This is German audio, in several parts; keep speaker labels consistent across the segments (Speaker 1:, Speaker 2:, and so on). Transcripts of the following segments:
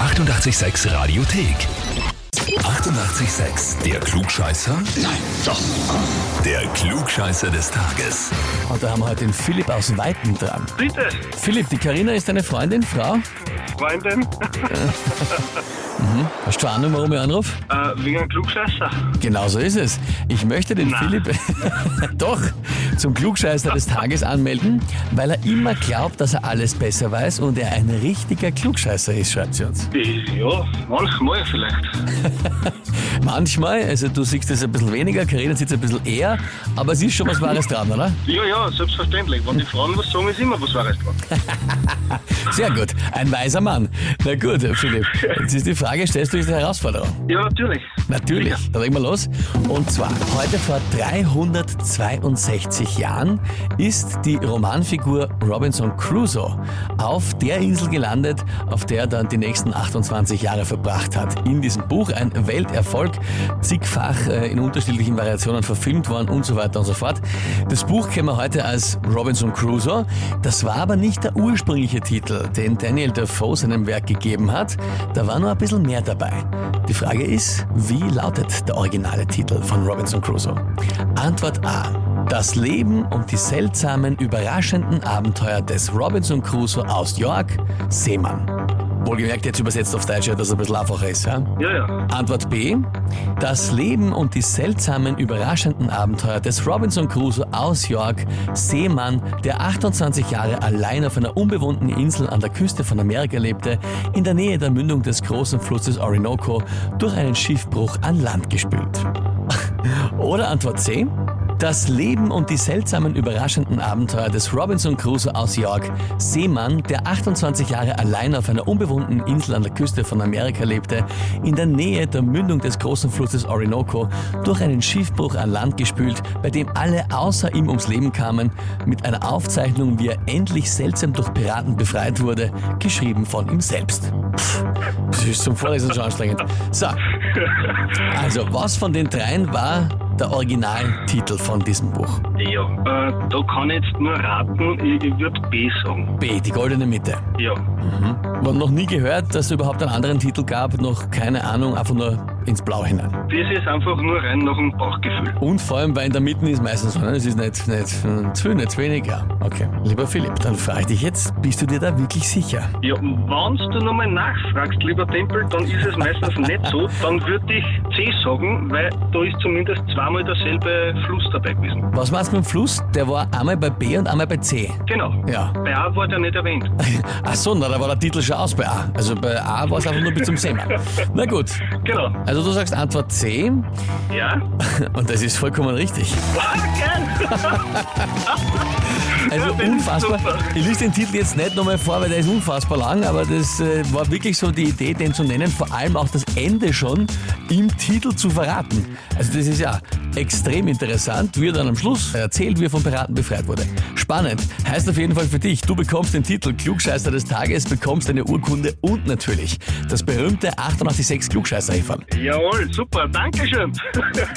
Speaker 1: 886 Radiothek. 88,6. Der Klugscheißer? Nein, doch. Der Klugscheißer des Tages.
Speaker 2: Und da haben wir heute den Philipp aus Weiten dran.
Speaker 3: Bitte,
Speaker 2: Philipp, die Karina ist deine Freundin, Frau.
Speaker 3: Freundin,
Speaker 2: Hast du Ahnung, warum ich anrufe?
Speaker 3: äh, wegen einem Klugscheißer.
Speaker 2: um Genau so ist es. Ich möchte den
Speaker 3: Na.
Speaker 2: Philipp doch zum Klugscheißer des Tages anmelden, weil er immer glaubt, dass er alles besser weiß und er ein richtiger Klugscheißer ist, schreibt sie uns.
Speaker 3: Ich, ja, manchmal vielleicht.
Speaker 2: Manchmal, also du siehst es ein bisschen weniger, Karina sieht es ein bisschen eher, aber es ist schon was Wahres dran, oder?
Speaker 3: Ja, ja, selbstverständlich. Wenn die Frauen was sagen, ist immer was Wahres dran.
Speaker 2: Sehr gut, ein weiser Mann. Na gut, Philipp, jetzt ist die Frage, stellst du dich der Herausforderung?
Speaker 3: Ja, natürlich.
Speaker 2: Natürlich,
Speaker 3: Ja.
Speaker 2: dann legen wir los. Und zwar, heute vor 362 Jahren ist die Romanfigur Robinson Crusoe auf der Insel gelandet, auf der er dann die nächsten 28 Jahre verbracht hat. In diesem Buch ein Welterfolg, zigfach äh, in unterschiedlichen Variationen verfilmt worden und so weiter und so fort. Das Buch kennen wir heute als Robinson Crusoe. Das war aber nicht der ursprüngliche Titel, den Daniel Defoe seinem Werk gegeben hat. Da war noch ein bisschen mehr dabei. Die Frage ist, wie lautet der originale Titel von Robinson Crusoe? Antwort A. Das Leben und die seltsamen, überraschenden Abenteuer des Robinson Crusoe aus York, Seemann. Wohlgemerkt jetzt übersetzt auf Deutsch, dass es ein bisschen einfacher ist. Ja?
Speaker 3: Ja, ja.
Speaker 2: Antwort B. Das Leben und die seltsamen, überraschenden Abenteuer des Robinson Crusoe aus York, Seemann, der 28 Jahre allein auf einer unbewohnten Insel an der Küste von Amerika lebte, in der Nähe der Mündung des großen Flusses Orinoco durch einen Schiffbruch an Land gespült. Oder Antwort C. Das Leben und die seltsamen, überraschenden Abenteuer des Robinson Crusoe aus York. Seemann, der 28 Jahre allein auf einer unbewohnten Insel an der Küste von Amerika lebte, in der Nähe der Mündung des großen Flusses Orinoco, durch einen Schiffbruch an Land gespült, bei dem alle außer ihm ums Leben kamen, mit einer Aufzeichnung, wie er endlich seltsam durch Piraten befreit wurde, geschrieben von ihm selbst. Pff, das ist zum Vorlesen schon anstrengend. So, also, was von den dreien war der Originaltitel von diesem Buch?
Speaker 3: ja. Äh, da kann ich jetzt nur raten, ich, ich würde B sagen.
Speaker 2: B, die goldene Mitte.
Speaker 3: Ja.
Speaker 2: Man noch nie gehört, dass es überhaupt einen anderen Titel gab, noch keine Ahnung, einfach nur ins Blau hinein.
Speaker 3: Das ist einfach nur rein nach dem Bauchgefühl.
Speaker 2: Und vor allem, weil in der Mitte ist meistens so, ne? es ist nicht, nicht hm, zu viel, nicht zu wenig, ja. Okay. Lieber Philipp, dann frage ich dich jetzt, bist du dir da wirklich sicher?
Speaker 3: Ja, wenn du nochmal nachfragst, lieber Tempel, dann ist es meistens nicht so. Dann würde ich C sagen, weil da ist zumindest zweimal derselbe Fluss dabei gewesen.
Speaker 2: Was meinst du mit dem Fluss? Der war einmal bei B und einmal bei C.
Speaker 3: Genau.
Speaker 2: Ja.
Speaker 3: Bei A war der nicht erwähnt.
Speaker 2: Ach so, na, da war der Titel schon aus bei A. Also bei A war es einfach nur bis zum Seemann. Na gut.
Speaker 3: Genau.
Speaker 2: Also du sagst Antwort C
Speaker 3: Ja.
Speaker 2: und das ist vollkommen richtig.
Speaker 3: Okay.
Speaker 2: Also
Speaker 3: Ja, das ist
Speaker 2: unfassbar.
Speaker 3: super.
Speaker 2: Ich lese den Titel jetzt nicht nochmal vor, weil der ist unfassbar lang, aber das äh, war wirklich so die Idee, den zu nennen, vor allem auch das Ende schon im Titel zu verraten. Also das ist ja extrem interessant, wie er dann am Schluss erzählt, wie er von Piraten befreit wurde. Spannend. Heißt auf jeden Fall für dich, du bekommst den Titel Klugscheißer des Tages, bekommst eine Urkunde und natürlich das berühmte 886 klugscheißer -Häferl.
Speaker 3: Jawohl, super, Dankeschön.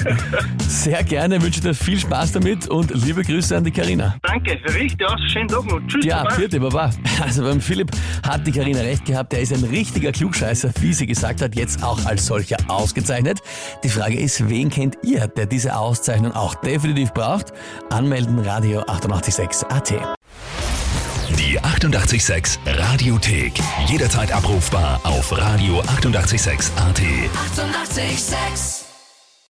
Speaker 2: Sehr gerne, wünsche dir viel Spaß damit und liebe Grüße an die Karina.
Speaker 3: Danke, richte aus, schönen Tag noch. Tschüss.
Speaker 2: Ja,
Speaker 3: Baba.
Speaker 2: vierte Baba. Also beim Philipp hat die Karina recht gehabt. Der ist ein richtiger Klugscheißer, wie sie gesagt hat, jetzt auch als solcher ausgezeichnet. Die Frage ist, wen kennt ihr, der diese Auszeichnung auch definitiv braucht? Anmelden Radio 886 AT.
Speaker 1: Die 88,6 Radiothek. Jederzeit abrufbar auf radio886.at. 88,6.
Speaker 4: Eighty-eight, sex.